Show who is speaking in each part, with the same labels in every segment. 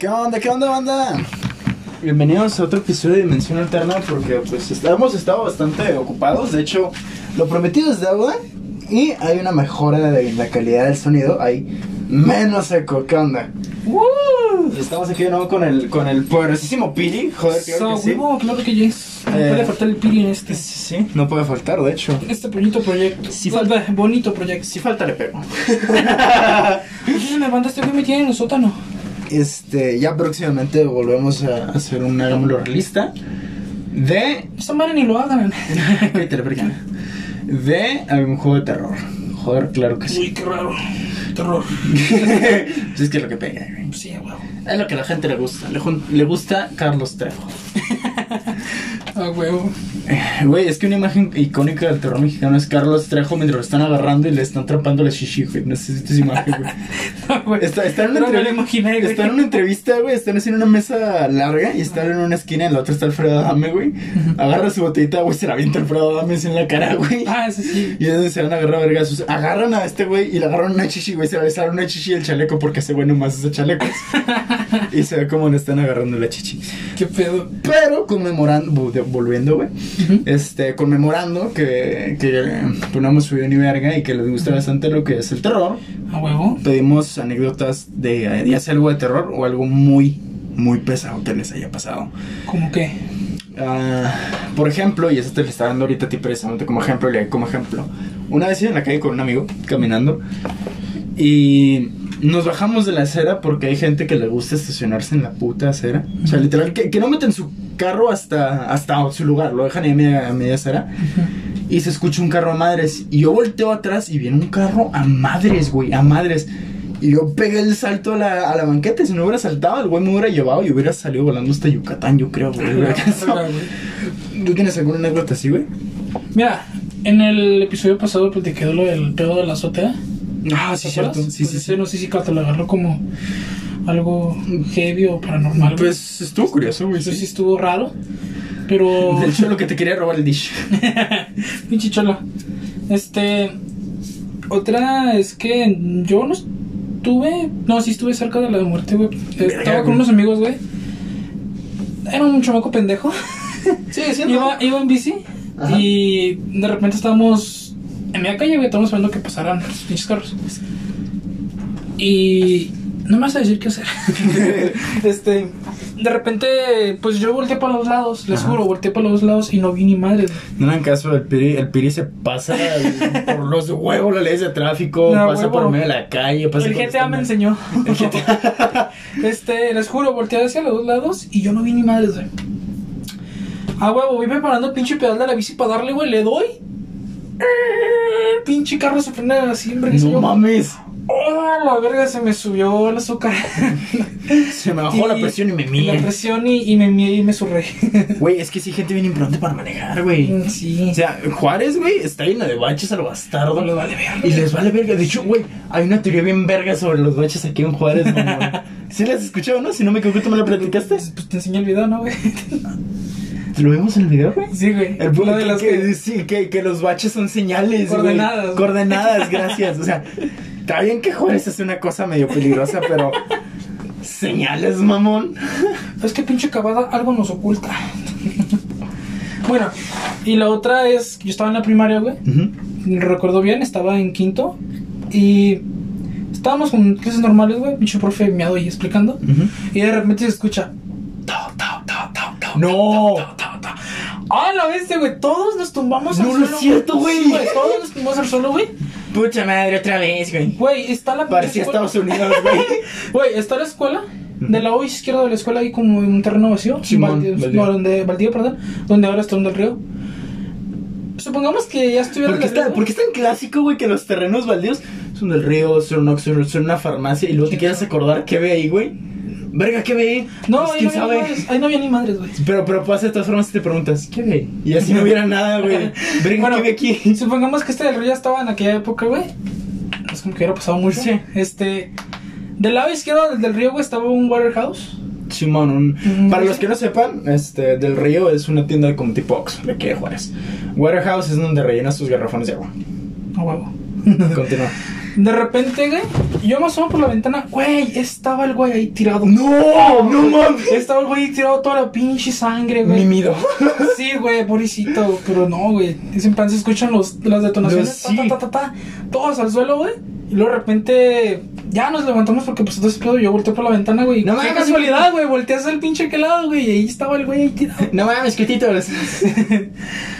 Speaker 1: ¿Qué onda? ¿Qué onda, banda?
Speaker 2: Bienvenidos a otro episodio de Dimensión Alterna porque pues est- hemos estado bastante ocupados, de hecho lo prometido es deuda y hay una mejora de la calidad del sonido, hay menos eco, ¿qué onda? Y Estamos aquí de nuevo con el, con el poderosísimo Pili, joder,
Speaker 3: So,
Speaker 2: claro que sí.
Speaker 3: huevo, claro que yes. No
Speaker 2: Eh.
Speaker 3: puede faltar el pili en este.
Speaker 2: Sí, sí, no puede faltar, de hecho.
Speaker 3: En este bonito proyecto.
Speaker 2: Sí,
Speaker 3: Bueno, bonito proyecto.
Speaker 2: Sí falta le pego.
Speaker 3: Oye, me mandaste que me tiene en el sótano.
Speaker 2: Este, ya próximamente volvemos a hacer un hagámoslo realista de
Speaker 3: Esta madre ni lo hagan.
Speaker 2: Vete a la verga. De algún juego de terror. Joder, claro que sí.
Speaker 3: Uy, qué raro. Terror.
Speaker 2: Pues es que es lo que pega, güey.
Speaker 3: Sí, a huevo.
Speaker 2: Es lo que a la gente le gusta. Le, jun- le gusta Carlos Trejo.
Speaker 3: A huevo.
Speaker 2: Eh, Güey, es que una imagen icónica del terror mexicano es Carlos Trejo mientras lo están agarrando y le están atrapando la shishi, güey. Necesito esa imagen, güey.
Speaker 3: A huevo.
Speaker 2: Está, está en una
Speaker 3: Pero me lo
Speaker 2: entrev-
Speaker 3: imaginé, güey.
Speaker 2: Está en una entrevista, güey. Están haciendo una mesa larga y están en una esquina. En la otra está Alfredo Adame, güey. Agarra su botellita, güey. Se la avienta Alfredo Adame así en la cara, güey.
Speaker 3: Ah, sí, sí.
Speaker 2: Y es donde se van a agarrar a vergazos. Agarran a este güey y le agarran una chichi, güey. Se le besaron una chichi y el chaleco porque ese güey nomás usa chalecos. y se ve como le están agarrando la chichi.
Speaker 3: Qué pedo.
Speaker 2: Pero conmemorando, vu- de- volviendo, güey. Este, conmemorando que, que eh, tú no hemos subido ni verga y que les gusta bastante lo que es el terror.
Speaker 3: A huevo.
Speaker 2: Pedimos anécdotas de eh, ya sea algo de terror o algo muy, muy pesado que les haya pasado.
Speaker 3: ¿Cómo qué?
Speaker 2: Ah, por ejemplo, y eso te lo estaba dando ahorita a ti precisamente como ejemplo, le como ejemplo. Una vez iba en la calle con un amigo caminando y nos bajamos de la acera porque hay gente que le gusta estacionarse en la puta acera. O sea, literal, que, que no meten su carro hasta, hasta su lugar, lo dejan ahí a media, a media acera y se escucha un carro a madres. Y yo volteo atrás y viene un carro a madres, güey, a madres. Y yo pegué el salto a la, a la banqueta. y Si no hubiera saltado, el güey me hubiera llevado y hubiera salido volando hasta Yucatán, yo creo, güey.
Speaker 3: Ahora, güey.
Speaker 2: ¿Tú tienes alguna anécdota así, güey?
Speaker 3: Mira, en el episodio pasado platiqué de lo del pedo de la azotea.
Speaker 2: Ah,
Speaker 3: ¿Te
Speaker 2: sí,
Speaker 3: acuerdas?
Speaker 2: cierto. Sí,
Speaker 3: Pues
Speaker 2: sí,
Speaker 3: ese
Speaker 2: sí.
Speaker 3: No sé si catalogarlo como algo heavy o paranormal. güey.
Speaker 2: Pues estuvo curioso, güey.
Speaker 3: Eso sí
Speaker 2: Sí.
Speaker 3: estuvo raro. Pero.
Speaker 2: De hecho, lo que te quería robar el dish.
Speaker 3: Pinche chola. Este. Otra es que yo no estuve. No, sí estuve cerca de la muerte, güey.
Speaker 2: Verga,
Speaker 3: Estaba con
Speaker 2: güey.
Speaker 3: unos amigos, güey. Era un chamaco pendejo.
Speaker 2: Sí,
Speaker 3: Iba, iba en bici
Speaker 2: Ajá.
Speaker 3: y de repente estábamos en la calle, güey. Estábamos esperando que pasaran los pinches carros. Y no me vas a decir qué hacer. este, de repente, pues yo volteé para los lados, les
Speaker 2: Ajá.
Speaker 3: juro, volteé para los lados y no vi ni madre. güey.
Speaker 2: No hagan caso, el piri, el piri se pasa al- por los huevos las leyes de tráfico,
Speaker 3: No,
Speaker 2: pasa
Speaker 3: huevo.
Speaker 2: por medio de la calle, pasa
Speaker 3: El
Speaker 2: con
Speaker 3: GTA me
Speaker 2: los-
Speaker 3: enseñó. este, les juro, volteé hacia los dos lados y yo no vi ni madres, güey. Ah, huevo, voy preparando el pinche pedal de la bici para darle, güey, le doy. Pinche carro se frena así, hombre. que se
Speaker 2: No
Speaker 3: yo-
Speaker 2: mames,
Speaker 3: ¡Oh, la verga! Se me subió el azúcar.
Speaker 2: se me bajó la
Speaker 3: Y-
Speaker 2: presión y me
Speaker 3: La
Speaker 2: mía.
Speaker 3: presión y, y me mié y me surré.
Speaker 2: Güey, es que sí, hay gente bien imprudente para manejar, güey.
Speaker 3: sí.
Speaker 2: O sea, Juárez, güey, está llena de baches a lo bastardo.
Speaker 3: No le vale verga.
Speaker 2: Y les vale verga. De hecho, güey, hay una teoría bien verga sobre los baches aquí en Juárez, mamón. ¿Sí las has escuchado, no? Si no me equivoco, tú me la platicaste.
Speaker 3: Pues, pues te enseñé el video, ¿no, güey?
Speaker 2: ¿Lo vimos en el video, güey?
Speaker 3: Sí, güey.
Speaker 2: El punto
Speaker 3: Lo de las
Speaker 2: que,
Speaker 3: que-
Speaker 2: sí, que, que los baches son señales, güey.
Speaker 3: Coordenadas.
Speaker 2: Coordenadas, gracias. O sea, está bien que Juárez es una cosa medio peligrosa, pero... Señales, mamón.
Speaker 3: Es que pinche cavada algo nos oculta. bueno, y la otra es, yo estaba en la primaria, güey.
Speaker 2: Ujú.
Speaker 3: Recuerdo bien, estaba en quinto. Y estábamos con clases normales, güey. Pinche profe miado y explicando.
Speaker 2: Ujú.
Speaker 3: Y de repente se escucha. "Tau, tau, tau, tau, tau,
Speaker 2: No.
Speaker 3: tau, tau, tau, tau". ¡Ah, la bestia, güey! Todos nos tumbamos al
Speaker 2: No, no
Speaker 3: suelo.
Speaker 2: es cierto, güey.
Speaker 3: Sí, todos nos tumbamos al suelo, güey.
Speaker 2: Pucha madre, otra vez, güey.
Speaker 3: Güey, está la
Speaker 2: Parecía
Speaker 3: escuela-
Speaker 2: Estados Unidos, güey.
Speaker 3: Güey, está la escuela. De la hoy izquierda de la escuela hay como un terreno vacío.
Speaker 2: Simón,
Speaker 3: Valdío-
Speaker 2: Valdío.
Speaker 3: No, donde, Valdío, perdón. Donde ahora está un del río. Supongamos que ya estuviera
Speaker 2: ¿Por qué,
Speaker 3: en el
Speaker 2: está,
Speaker 3: río.
Speaker 2: por qué es tan clásico, güey, que los terrenos baldíos son del río, son una, son son una farmacia y luego te quieres acordar qué ve ahí, güey? Verga, ¿qué ve ahí?
Speaker 3: No,
Speaker 2: Pues, ¿quién
Speaker 3: ahí no, había ni
Speaker 2: sabe?
Speaker 3: madres, ahí no había ni madres, güey.
Speaker 2: Pero, pero pasa de todas formas y te preguntas, ¿qué ve? Y así no hubiera nada, Ah, güey. Verga,
Speaker 3: Bueno,
Speaker 2: ¿qué ve aquí?
Speaker 3: Supongamos que este del río ya estaba en aquella época, güey. No es como que hubiera pasado mucho.
Speaker 2: Sí.
Speaker 3: Este. Del lado izquierdo del- del río, güey, estaba un waterhouse.
Speaker 2: Simón, un-
Speaker 3: Mm.
Speaker 2: para los que no sepan, este, Del Río es una tienda como tipo Ox, de aquí de Juárez. Waterhouse es donde rellenas tus garrafones de agua.
Speaker 3: A huevo.
Speaker 2: Continúa.
Speaker 3: De repente, güey, yo me asomo por la ventana. Güey, estaba el güey ahí tirado.
Speaker 2: ¡No! ¡No mames!
Speaker 3: Estaba el güey ahí tirado toda la pinche sangre, güey.
Speaker 2: Mimido.
Speaker 3: Sí, güey, pobrecito, pero no, güey. Ese plan se escuchan los, las detonaciones.
Speaker 2: Los- sí.
Speaker 3: ta, ta, ta, ta, ta, todos al suelo, güey. Y luego de repente ya nos levantamos porque pues entonces pedo yo volteé por la ventana, güey.
Speaker 2: No
Speaker 3: Qué
Speaker 2: mames.
Speaker 3: casualidad, güey. Volteas al pinche que lado, güey. Y ahí estaba el güey ahí tirado.
Speaker 2: No mames, quititos.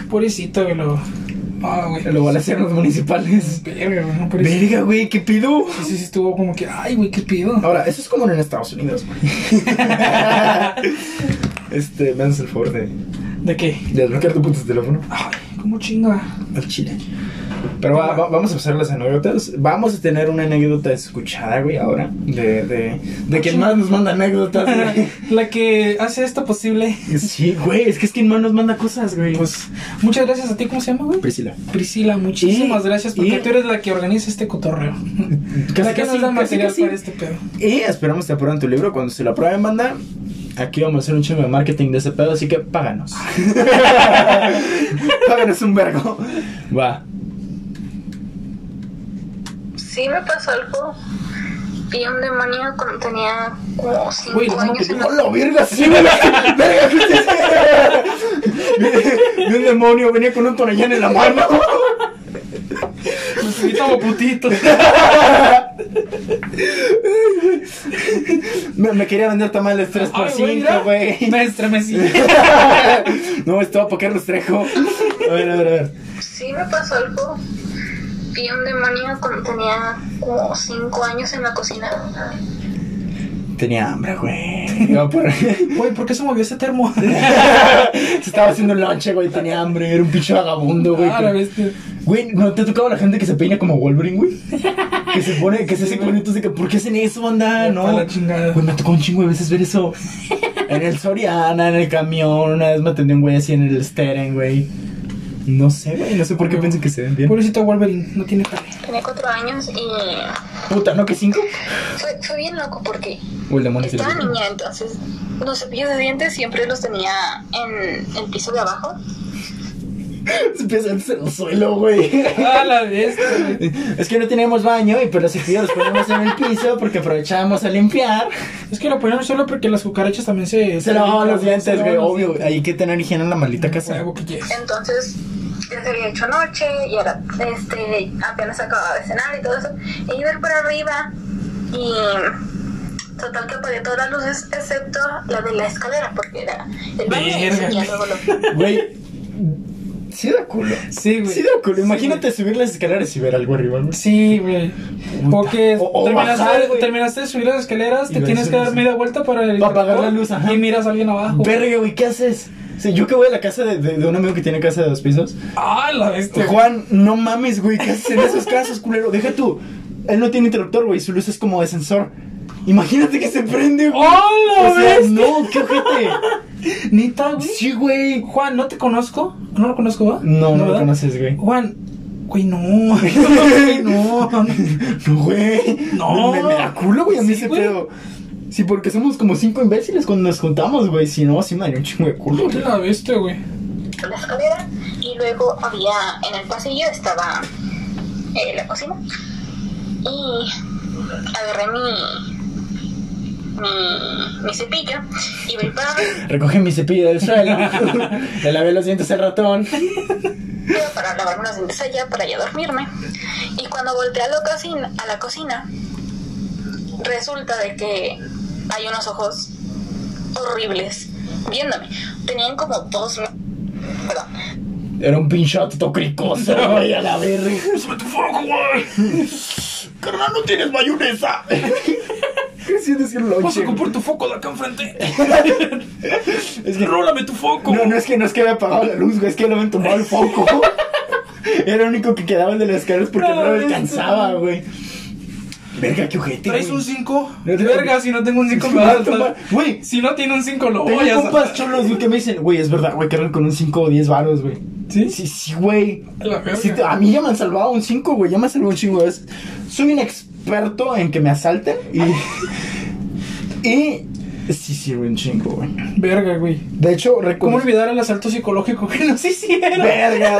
Speaker 3: Pobrecito, güey. Lo... Ah, güey.
Speaker 2: Lo balacearon los municipales.
Speaker 3: Verga, güey. No, pobrecito.
Speaker 2: Verga, Ah. güey, ¿qué pido?
Speaker 3: Sí, sí, sí, estuvo como que, ay, güey, qué pido.
Speaker 2: Ahora, eso es común en Estados Unidos, güey. este, me haces el favor de,
Speaker 3: ¿De qué?
Speaker 2: de desbloquear tu puto teléfono
Speaker 3: Ay, cómo chinga.
Speaker 2: al chile. Pero va- va- vamos a pasar las anécdotas. Vamos a tener una anécdota escuchada, güey, ahora. De, de, de quien más nos manda anécdotas, güey.
Speaker 3: La que hace esto posible.
Speaker 2: Sí, güey, es que es quien más nos manda cosas, güey.
Speaker 3: Pues, muchas gracias a ti, ¿cómo se llama, güey?
Speaker 2: Priscila.
Speaker 3: Priscila, muchísimas
Speaker 2: Y-
Speaker 3: gracias porque
Speaker 2: y-
Speaker 3: tú eres la que organiza este cotorreo. la que nos da material para este pedo.
Speaker 2: Y esperamos te aprueben tu libro. Cuando se lo aprueben, banda, aquí vamos a hacer un chingo de marketing de ese pedo, así que páganos. páganos un vergo. Va.
Speaker 1: Sí me pasó algo bien demonio cuando tenía como 5
Speaker 3: Güey, no,
Speaker 1: años en la
Speaker 2: ¡Hola, verga! ¡Sí, verga! ¡Verga! ¿qué es eso? Vi- Vi un demonio, venía con un tonallán en la mano.
Speaker 3: Nos invitamos putito.
Speaker 2: Me, me quería vender tamales 3x5, güey.
Speaker 3: Me estremecí.
Speaker 2: No, estaba para Carlos Trejo. A ver, a ver, a ver.
Speaker 1: Sí me pasó algo bien demonio cuando tenía como 5 años en la cocina.
Speaker 2: Tenía hambre, güey. Iba por- Se
Speaker 3: Güey, ¿por qué se movió ese termo?
Speaker 2: estaba haciendo un lonche, güey. Tenía hambre. Era un pinche vagabundo, güey.
Speaker 3: Ah, la bestia.
Speaker 2: Güey, ¿no te ha tocado la gente que se peina como Wolverine, güey? Que se pone, que se hace cuadritos de que, ¿por qué hacen eso, banda?
Speaker 3: Para
Speaker 2: No.
Speaker 3: la chingada.
Speaker 2: Güey, me tocó un chingo de veces ver eso. En el Soriana, en el camión. Una vez me atendió un güey así en el Steren, güey. No sé, güey. No sé por qué pienso que se ven bien.
Speaker 3: Pobrecito Wolverine, no tiene cara.
Speaker 1: Tenía 4 años y
Speaker 2: Puta, ¿no? ¿Que cinco?
Speaker 1: fue, fue bien loco porque
Speaker 2: O el demonio se le
Speaker 1: estaba
Speaker 2: metió.
Speaker 1: niña, entonces los cepillos de dientes siempre los tenía en el piso de abajo.
Speaker 2: Se empieza a meterse en el suelo, güey.
Speaker 3: Ah, la bestia. güey.
Speaker 2: Es que no teníamos baño y pero los cepillos los poníamos en el piso porque aprovechábamos a limpiar.
Speaker 3: Es que lo ponían solo porque las cucarachas también se.
Speaker 2: Se lavaban los
Speaker 3: se
Speaker 2: dientes, güey,
Speaker 3: lavaban los
Speaker 2: obvio. güey. Hay que tener higiene en la maldita
Speaker 3: dientes.
Speaker 2: casa.
Speaker 3: Huevo que yes.
Speaker 1: Entonces ya se había hecho noche y ahora este, apenas acababa de cenar y todo eso. E iba a ir para arriba y total que apagué todas las luces excepto la de la escalera porque era el baño y
Speaker 3: Verga.
Speaker 1: eso ya luego lo-
Speaker 2: Güey, sí da culo.
Speaker 3: Sí, güey.
Speaker 2: Sí da culo. Imagínate subir las escaleras y ver algo arriba, güey.
Speaker 3: Sí, güey. Porque
Speaker 2: O- o
Speaker 3: terminaste,
Speaker 2: bajar, güey.
Speaker 3: terminaste de subir las escaleras,
Speaker 2: Y
Speaker 3: te
Speaker 2: ver
Speaker 3: tienes
Speaker 2: si
Speaker 3: que
Speaker 2: no
Speaker 3: dar
Speaker 2: se-
Speaker 3: media vuelta para el
Speaker 2: Pa' apagar
Speaker 3: interruptor
Speaker 2: la luz, ajá.
Speaker 3: Y miras a alguien abajo.
Speaker 2: Verga, güey, ¿qué haces? O sea, yo que voy a la casa de, de- de un amigo que tiene casa de dos pisos.
Speaker 3: Ah, la bestia.
Speaker 2: Juan, no mames, güey, ¿qué haces en esos casos, culero? Deja tú. Él no tiene interruptor, güey, su luz es como de sensor. Imagínate que se prende, güey.
Speaker 3: ¡Oh, la
Speaker 2: O sea,
Speaker 3: bestia!
Speaker 2: no, qué ojete.
Speaker 3: Neta, güey.
Speaker 2: Sí, güey.
Speaker 3: Juan, ¿no te conozco? ¿No lo conozco, va?
Speaker 2: No, no, lo
Speaker 3: ¿verdad?
Speaker 2: conoces, güey.
Speaker 3: Juan, güey, no. Güey, no.
Speaker 2: No, güey.
Speaker 3: No.
Speaker 2: Me, me da culo, güey, a mí
Speaker 3: Sí,
Speaker 2: ese
Speaker 3: güey.
Speaker 2: pedo. Sí, porque somos como cinco imbéciles cuando nos juntamos, güey. Si no, sí me daría un chingo de culo, güey.
Speaker 3: La bestia, güey.
Speaker 1: la escalera y luego había en el pasillo estaba eh, la cocina y agarré mi mi, mi cepillo y voy para
Speaker 2: Recoge mi cepillo del suelo. Le lavé los dientes al ratón.
Speaker 1: Iba para lavarme los dientes allá, para ya dormirme. Y cuando volteé a la cocina, a la cocina resulta de que hay unos ojos horribles viéndome. Tenían como dos... me- Perdón.
Speaker 2: Era un pinchato tocricoso, güey, a la verga.
Speaker 3: ¡Súbete fuego, güey!
Speaker 2: Carnal, no tienes mayonesa. ¿Qué sientes que lo
Speaker 3: Vas a
Speaker 2: lonche?
Speaker 3: comprar tu foco de acá enfrente.
Speaker 2: Es que
Speaker 3: Rólame tu foco.
Speaker 2: No, no es que no es que había apagado la luz, güey, es que lo habían tomado el foco. Era el único que quedaba el de las caras porque no,
Speaker 3: No,
Speaker 2: lo
Speaker 3: esto-
Speaker 2: alcanzaba, güey. Verga, qué ojete.
Speaker 3: ¿Traes
Speaker 2: güey.
Speaker 3: un 5?
Speaker 2: No te-
Speaker 3: Verga, si no tengo un 5
Speaker 2: Sí,
Speaker 3: me va a
Speaker 2: no, toma.
Speaker 3: dar-
Speaker 2: Güey.
Speaker 3: Si no tiene un 5 lo voy
Speaker 2: Tengo
Speaker 3: a
Speaker 2: compas cholos, güey, que me dicen, güey, es verdad, güey, que eran con un 5 o 10 varos, güey.
Speaker 3: ¿Sí?
Speaker 2: Sí, sí, güey.
Speaker 3: La verga.
Speaker 2: Sí, te- a mí ya me han salvado un 5, güey, ya me han salvado un chingo de veces. Soy un experto en que me asalten y. y. Sí, sirve un chingo, güey.
Speaker 3: Verga, güey.
Speaker 2: De hecho,
Speaker 3: ¿Cómo
Speaker 2: recuerdo.
Speaker 3: olvidar el asalto psicológico que nos hicieron?
Speaker 2: Verga.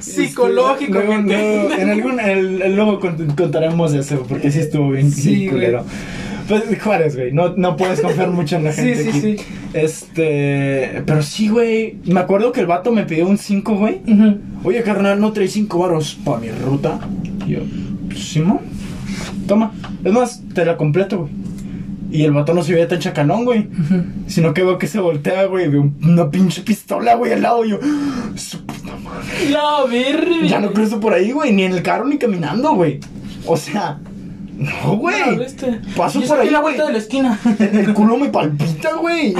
Speaker 3: Sí, psicológico,
Speaker 2: luego,
Speaker 3: gente.
Speaker 2: luego, Este, en algún, el- el- luego cont- contaremos eso, porque sí estuvo bien
Speaker 3: Sí,
Speaker 2: sí, culero. Pues Juárez, güey, no, no puedes confiar mucho en la
Speaker 3: Sí,
Speaker 2: gente.
Speaker 3: sí,
Speaker 2: aquí.
Speaker 3: sí.
Speaker 2: Este, pero sí, güey, me acuerdo que el vato me pidió un 5, güey.
Speaker 3: Ujú.
Speaker 2: Oye, carnal, ¿no traes 5 varos para mi ruta? Y yo, pues, Simón, toma. Es más, te la completo, güey. Y el vato no se veía tan chacanón, güey. Sino que veo que se voltea, güey, y veo una pinche pistola, güey, al lado. Y yo, "Ah, su puta madre.
Speaker 3: La verga.
Speaker 2: Ya no cruzo por ahí, güey, ni en el carro ni caminando, güey. O sea, no, güey.
Speaker 3: No, Ah, ¿viste?
Speaker 2: Paso
Speaker 3: Y es
Speaker 2: por
Speaker 3: que
Speaker 2: ahí,
Speaker 3: la
Speaker 2: güey.
Speaker 3: vuelta de la esquina.
Speaker 2: El culo me palpita, güey.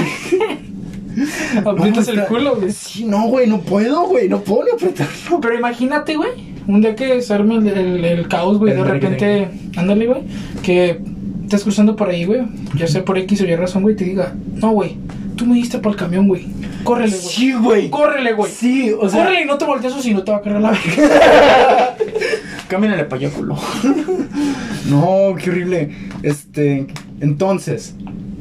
Speaker 3: Aprietas
Speaker 2: No,
Speaker 3: el
Speaker 2: está-
Speaker 3: culo, güey.
Speaker 2: Sí, no, güey, no puedo, güey, no puedo ni apretarlo.
Speaker 3: Pero imagínate, güey, un día que se arme el, el- el caos, güey,
Speaker 2: El
Speaker 3: de repente, ándale, güey, que estás cruzando por ahí, güey, ya sea por X o Y razón, güey, te diga, no, güey, tú me diste para el camión, güey, córrele, güey,
Speaker 2: Sí, güey.
Speaker 3: córrele, güey,
Speaker 2: Sí, o sea,
Speaker 3: córrele y no te volteas o si no te va a cargar la verga.
Speaker 2: cámbiale para allá, culo. no, qué horrible. Este, entonces,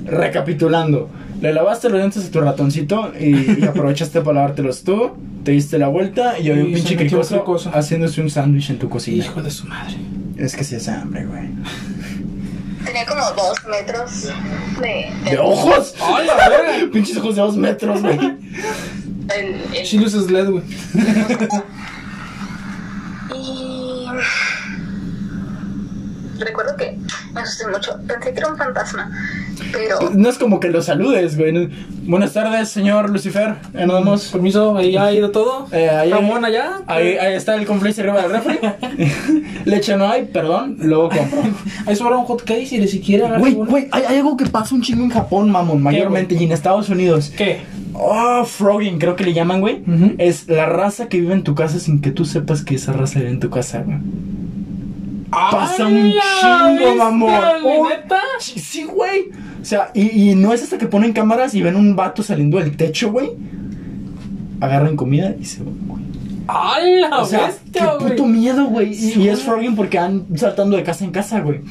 Speaker 2: recapitulando. Le lavaste los dientes a tu ratoncito y, y aprovechaste para lavártelos tú. Te diste la vuelta y había un
Speaker 3: Y
Speaker 2: pinche
Speaker 3: se metió
Speaker 2: cricoso
Speaker 3: otra cosa.
Speaker 2: haciéndose un sándwich en tu cocina.
Speaker 3: Hijo de su madre.
Speaker 2: Es que sí es hambre, güey.
Speaker 1: Tenía como dos metros de,
Speaker 2: ¿De ojos?
Speaker 3: ¡Ay, la verga!
Speaker 2: Pinches ojos de dos metros, güey.
Speaker 1: el- el-
Speaker 3: She loses LED, güey.
Speaker 1: Y recuerdo que me asusté mucho. Pensé que era un fantasma, pero
Speaker 2: No es como que lo saludes, güey. No- Buenas tardes, señor Lucifer. Ahí nos vemos.
Speaker 3: Permiso, ahí ha ido todo.
Speaker 2: Eh, ahí-
Speaker 3: Ramón allá.
Speaker 2: Ahí, ahí está el conflicto arriba del refri. Leche no hay, perdón, luego compro.
Speaker 3: Ahí sobra un hot case y ni siquiera agarra
Speaker 2: Güey,
Speaker 3: uno.
Speaker 2: güey, hay, hay algo que pasa un chingo en Japón, mamón, mayormente, y en Estados Unidos.
Speaker 3: ¿Qué?
Speaker 2: Oh, frogging, creo que le llaman, güey.
Speaker 3: Ujú.
Speaker 2: Es la raza que vive en tu casa sin que tú sepas que esa raza vive en tu casa, güey. Pasa un
Speaker 3: ¡A la
Speaker 2: chingo, mamón.
Speaker 3: bestia, güey,
Speaker 2: Un
Speaker 3: ¿Neta?
Speaker 2: ch- Sí, güey. O sea, y, y no es hasta que ponen cámaras y ven un vato saliendo del techo, güey. Agarran comida y se van, güey.
Speaker 3: ¡A la
Speaker 2: O sea,
Speaker 3: bestia,
Speaker 2: qué
Speaker 3: güey!
Speaker 2: puto miedo, güey. Y-
Speaker 3: Sí,
Speaker 2: y es
Speaker 3: güey.
Speaker 2: frogging porque van saltando de casa en casa, güey.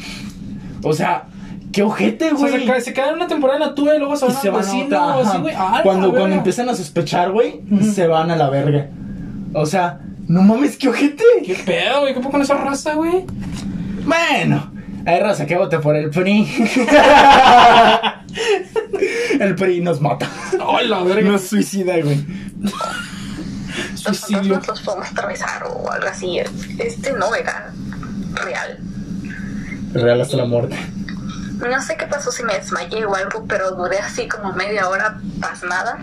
Speaker 2: O sea, qué ojete,
Speaker 3: O sea,
Speaker 2: güey.
Speaker 3: se, ca- se quedan una temporada en la tuya y luego se
Speaker 2: Y
Speaker 3: van
Speaker 2: se
Speaker 3: al
Speaker 2: van a
Speaker 3: vecino
Speaker 2: otra,
Speaker 3: o así,
Speaker 2: ajá.
Speaker 3: güey. ¡Ah, la
Speaker 2: Cuando, cuando
Speaker 3: verga!
Speaker 2: empiezan a sospechar, güey,
Speaker 3: Ujú.
Speaker 2: se van a la verga. O sea, no mames, qué ojete.
Speaker 3: ¿Qué pedo, güey? ¿Qué poco con esa raza, güey?
Speaker 2: Bueno, hay raza que vota por el PRI. el PRI nos mata.
Speaker 3: ¡Ay, la verga!
Speaker 2: Nos suicida, güey.
Speaker 1: los
Speaker 3: Suicidio.
Speaker 1: fantasmas los podemos atravesar o algo así. Este no era real.
Speaker 2: Real hasta la muerte.
Speaker 1: No sé qué pasó si me desmayé o algo, pero duré así como media hora pasmada.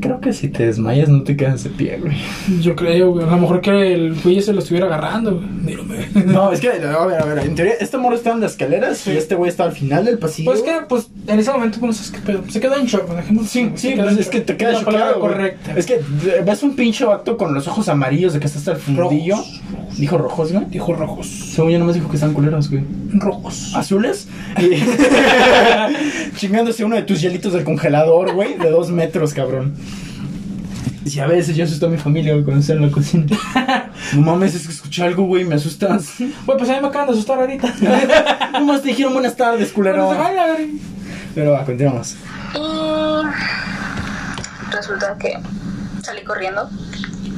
Speaker 2: Creo que si te desmayas no te quedas de pie, güey.
Speaker 3: Yo creo, güey. A lo mejor que el güey se lo estuviera agarrando, güey. Dígame.
Speaker 2: No, es que, a ver, a ver, en teoría, este morro estaba en las escaleras y este güey estaba al final del pasillo.
Speaker 3: Pues que, pues, en ese momento, pues, no sabes qué pedo. Se quedó en shock, dejemos.
Speaker 2: Sí,
Speaker 3: se
Speaker 2: sí,
Speaker 3: quedó
Speaker 2: pues,
Speaker 3: en
Speaker 2: es
Speaker 3: shock.
Speaker 2: que te quedas
Speaker 3: La palabra
Speaker 2: choqueado, güey.
Speaker 3: correcta.
Speaker 2: Es que eh, ves un pinche vato con los ojos amarillos de que está hasta el fundillo.
Speaker 3: Rojos.
Speaker 2: Dijo rojos, güey.
Speaker 3: Dijo rojos.
Speaker 2: Según yo nomás dijo que están culeros, güey.
Speaker 3: Rojos.
Speaker 2: ¿Azules? Y- Chingándose uno de tus hielitos del congelador, güey. De dos metros, cabrón. Y a veces yo asusto a mi familia, güey, cuando estoy en la cocina. No mames, es que escuché algo, güey, me asustas.
Speaker 3: Güey, pues a mí me acaban de asustar ahorita.
Speaker 2: Nomás te dijeron buenas tardes,
Speaker 3: Pero
Speaker 2: culero.
Speaker 3: se van a ver.
Speaker 2: Pero va, continuamos.
Speaker 1: Y resulta que salí corriendo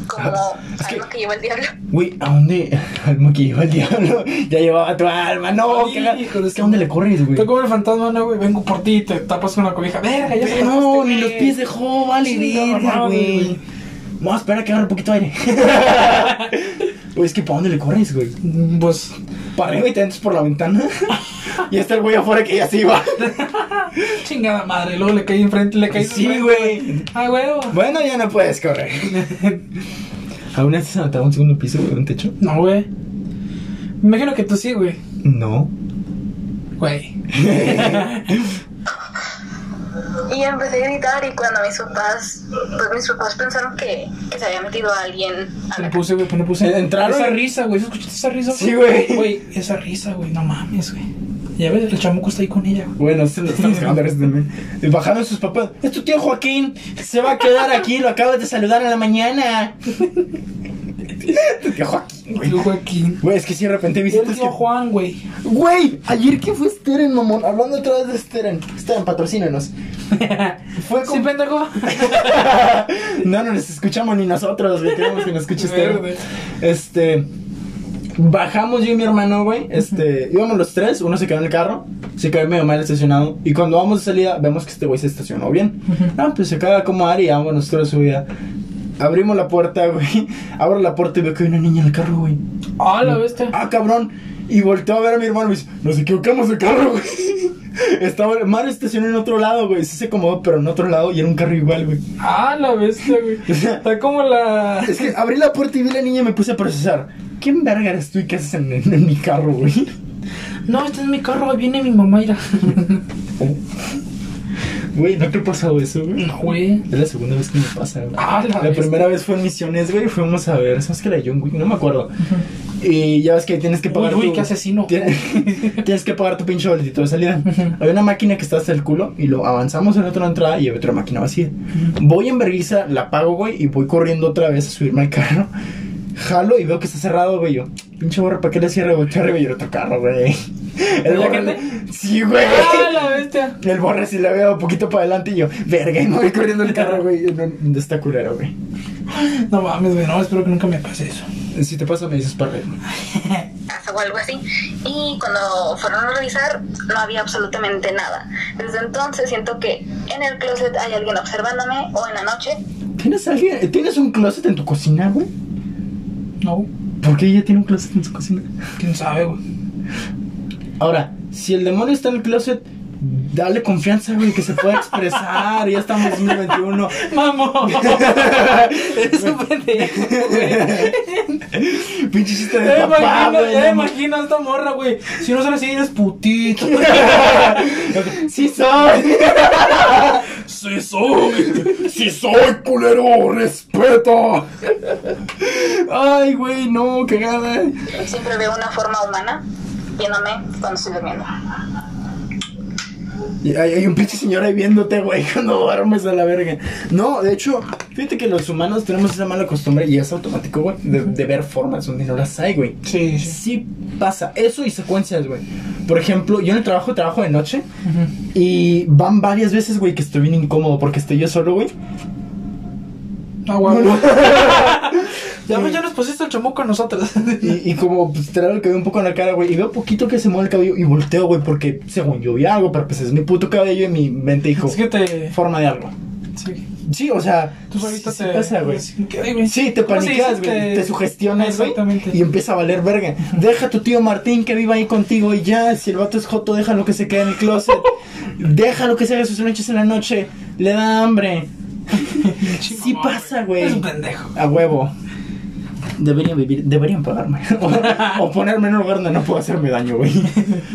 Speaker 1: como
Speaker 2: Ah, Es que-
Speaker 1: algo que lleva el diablo.
Speaker 2: Güey, ¿a dónde? Al moquillo, al diablo. Ya llevaba tu alma, no.
Speaker 3: Hijo
Speaker 2: ¿Qué, la-
Speaker 3: de
Speaker 2: es
Speaker 3: su-
Speaker 2: que a dónde le corres, güey?
Speaker 3: Te como el fantasma, no, güey. Vengo por ti, te tapas con la cobija. Verga, ya se
Speaker 2: Pero no,
Speaker 3: mataste,
Speaker 2: ni los
Speaker 3: güey.
Speaker 2: pies dejó, vale,
Speaker 3: Chinga,
Speaker 2: verga,
Speaker 3: madre,
Speaker 2: güey.
Speaker 3: güey.
Speaker 2: Vamos a esperar a que agarre un poquito de aire. Güey, es que ¿para dónde le corres, güey?
Speaker 3: Mm, Pues,
Speaker 2: Para arriba y te entras por la ventana. y está el güey afuera que ya se iba.
Speaker 3: chingada madre. Luego le caí enfrente, le caí
Speaker 2: Pues sí,
Speaker 3: enfrente,
Speaker 2: güey.
Speaker 3: Ah, huevo.
Speaker 2: Bueno, ya no puedes correr. ¿Aún vez se matado un segundo piso, güey, un techo?
Speaker 3: No, güey. Me imagino que tú sí, güey.
Speaker 2: No.
Speaker 3: Güey.
Speaker 1: Y empecé a gritar y cuando mis papás, pues mis papás pensaron que, que se había metido a alguien a la
Speaker 3: Me puse, güey, pues me puse.
Speaker 2: Entraron
Speaker 3: Esa
Speaker 2: y-
Speaker 3: risa, güey. ¿Escuchaste esa risa?
Speaker 2: Sí, güey.
Speaker 3: Güey, esa risa, güey. No mames, güey. Ya ves, el chamuco está ahí con ella, güey.
Speaker 2: Bueno, se lo estamos cagando de risa también. Y Bajaron sus papás. Es tu tío Joaquín. Se va a quedar aquí. Lo acabas de saludar en la mañana. tu tío Joaquín, güey.
Speaker 3: El Joaquín.
Speaker 2: Güey, es que si de repente
Speaker 3: El
Speaker 2: visitas que...
Speaker 3: tío Juan, güey.
Speaker 2: Güey, ayer que fue Steren, mamón. Hablando otra vez de Steren. Steren, patrocínanos. Fue
Speaker 3: Sí,
Speaker 2: como...
Speaker 3: pendejo.
Speaker 2: no, no nos escuchamos ni nosotros, güey. Queremos que nos escuches tú.
Speaker 3: Verde.
Speaker 2: Este. Bajamos yo y mi hermano, güey. Este. Íbamos los tres, uno se quedó en el carro, se quedó medio mal estacionado. Y cuando vamos de salida, vemos que este güey se estacionó bien. Ah, pues se caga como Ari, vamos nosotros su vida. Abrimos la puerta, güey. Abro la puerta y veo que hay una niña en el carro, güey.
Speaker 3: Ah, la bestia.
Speaker 2: Ah, cabrón. Y volteo a ver a mi hermano y me dice, nos equivocamos de carro, güey. Estaba, Mario estacionó en otro lado, güey. Sí se acomodó, pero en otro lado y era un carro igual, güey.
Speaker 3: Ah, la bestia, güey. Está como la.
Speaker 2: Es que abrí la puerta y vi a la niña y me puse a procesar. ¿Quién verga eres tú y qué haces en, en- en mi carro, güey?
Speaker 3: No, este es mi carro, ahí viene mi mamá, mira.
Speaker 2: Güey, ¿no te ha pasado eso, güey?
Speaker 3: No, güey.
Speaker 2: Es la segunda vez que me pasa, güey.
Speaker 3: Ah, la
Speaker 2: la
Speaker 3: bestia.
Speaker 2: primera vez fue en Misiones, güey. Fuimos a ver, ¿sabes que la John Wick? No me acuerdo. Y ya ves que ahí tienes que
Speaker 3: Uy,
Speaker 2: pagar
Speaker 3: uy,
Speaker 2: tu-
Speaker 3: qué asesino.
Speaker 2: Tienes, tienes que pagar tu pinche boletito de salida.
Speaker 3: Ujú.
Speaker 2: Había una máquina que está hasta el culo y lo avanzamos en otra entrada y había otra máquina vacía. Voy en vergüenza, la pago, güey, y voy corriendo otra vez a subirme al carro. Jalo y veo que está cerrado, güey. Yo, pinche borra, ¿para qué le cierre, güey? Arriba y otro carro, güey. El
Speaker 3: ¿La
Speaker 2: borre.
Speaker 3: gente?
Speaker 2: Sí, güey.
Speaker 3: Ah, la bestia.
Speaker 2: El borre sí le veo un poquito para adelante y yo, verga, y me voy corriendo el carro, güey. No, no está culero, güey.
Speaker 3: No mames, güey, no, espero que nunca me pase eso.
Speaker 2: Si te pasa, me dices para
Speaker 1: casa o algo así. Y cuando fueron a revisar, no había absolutamente nada. Desde entonces siento que en el closet hay alguien observándome o en la noche.
Speaker 2: ¿Tienes alguien? ¿Tienes un closet en tu cocina, güey?
Speaker 3: No,
Speaker 2: ¿Por qué ella tiene un closet en su cocina?
Speaker 3: quién sabe, güey.
Speaker 2: Ahora, si el demonio está en el closet, dale confianza, güey, que se pueda expresar. ya estamos en 2021.
Speaker 3: Mamo. Es un pendejo, güey.
Speaker 2: Pinche chiste de
Speaker 3: Ya me
Speaker 2: papá,
Speaker 3: imagino,
Speaker 2: güey.
Speaker 3: ya me
Speaker 2: no
Speaker 3: imagino a esta morra, güey. Si no son así, eres putito.
Speaker 2: mames. Sí soy.
Speaker 3: Sí, soy.
Speaker 2: Sí soy, culero. Respeto. Ay, güey, no, cagada.
Speaker 1: Siempre veo una forma humana viéndome cuando estoy durmiendo.
Speaker 2: Y Hay, hay un pinche señor ahí viéndote, güey, cuando duermes a la verga. No, de hecho, fíjate que los humanos tenemos esa mala costumbre y es automático, güey, de, de ver formas donde no las hay, güey.
Speaker 3: Sí, sí.
Speaker 2: Sí pasa eso y secuencias, güey. Por ejemplo, yo en el trabajo trabajo de noche
Speaker 3: Ujú.
Speaker 2: y van varias veces, güey, que estoy bien incómodo porque estoy yo solo, güey.
Speaker 3: Ah, güey. Ya, pues, ya nos pusiste el chamuco a nosotros.
Speaker 2: Y, y como pues, traigo el cabello un poco en la cara, güey, y veo poquito que se mueve el cabello y volteo, güey, porque según yo vi algo, pero pues es mi puto cabello y mi mente dijo,
Speaker 3: Es que te.
Speaker 2: forma de algo.
Speaker 3: Sí.
Speaker 2: Sí, o sea,
Speaker 3: Tú solito
Speaker 2: sí
Speaker 3: te.
Speaker 2: pasa, güey.
Speaker 3: ¿Qué, ay, güey?
Speaker 2: Sí, te
Speaker 3: ¿Cómo se dice?
Speaker 2: paniqueas, güey. Te sugestionas, güey.
Speaker 3: Exactamente.
Speaker 2: Y empieza a valer verga. Deja a tu tío Martín que viva ahí contigo y ya. Si el vato es joto, déjalo que se quede en el closet. déjalo que se haga sus noches en la noche. Le da hambre.
Speaker 3: Chingo,
Speaker 2: sí
Speaker 3: mamá,
Speaker 2: pasa, güey.
Speaker 3: Es un pendejo.
Speaker 2: A huevo. Deberían vivir, deberían pagarme. o, o ponerme en un lugar donde no puedo hacerme daño, güey.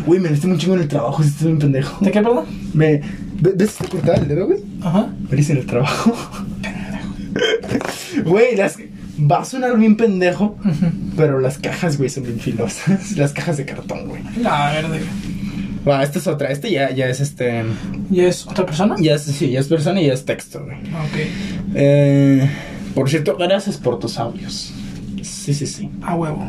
Speaker 2: Güey, me estoy un chingo en el trabajo, estoy un pendejo.
Speaker 3: ¿De qué, perdón?
Speaker 2: Me. ¿ve- ¿Ves este esta cortada del dedo, güey?
Speaker 3: Ajá.
Speaker 2: Feliz en el trabajo. Güey, las. Va a sonar bien pendejo, pero las cajas, güey, son bien filosas. Las cajas de cartón, güey.
Speaker 3: La verde, güey.
Speaker 2: Va, esta es otra. Este ya, ya es este.
Speaker 3: ¿Y es otra persona?
Speaker 2: Ya es, sí, ya es persona y ya es texto, güey.
Speaker 3: Ok.
Speaker 2: Eh, por cierto, gracias por tus audios. Sí, sí, sí.
Speaker 3: A huevo.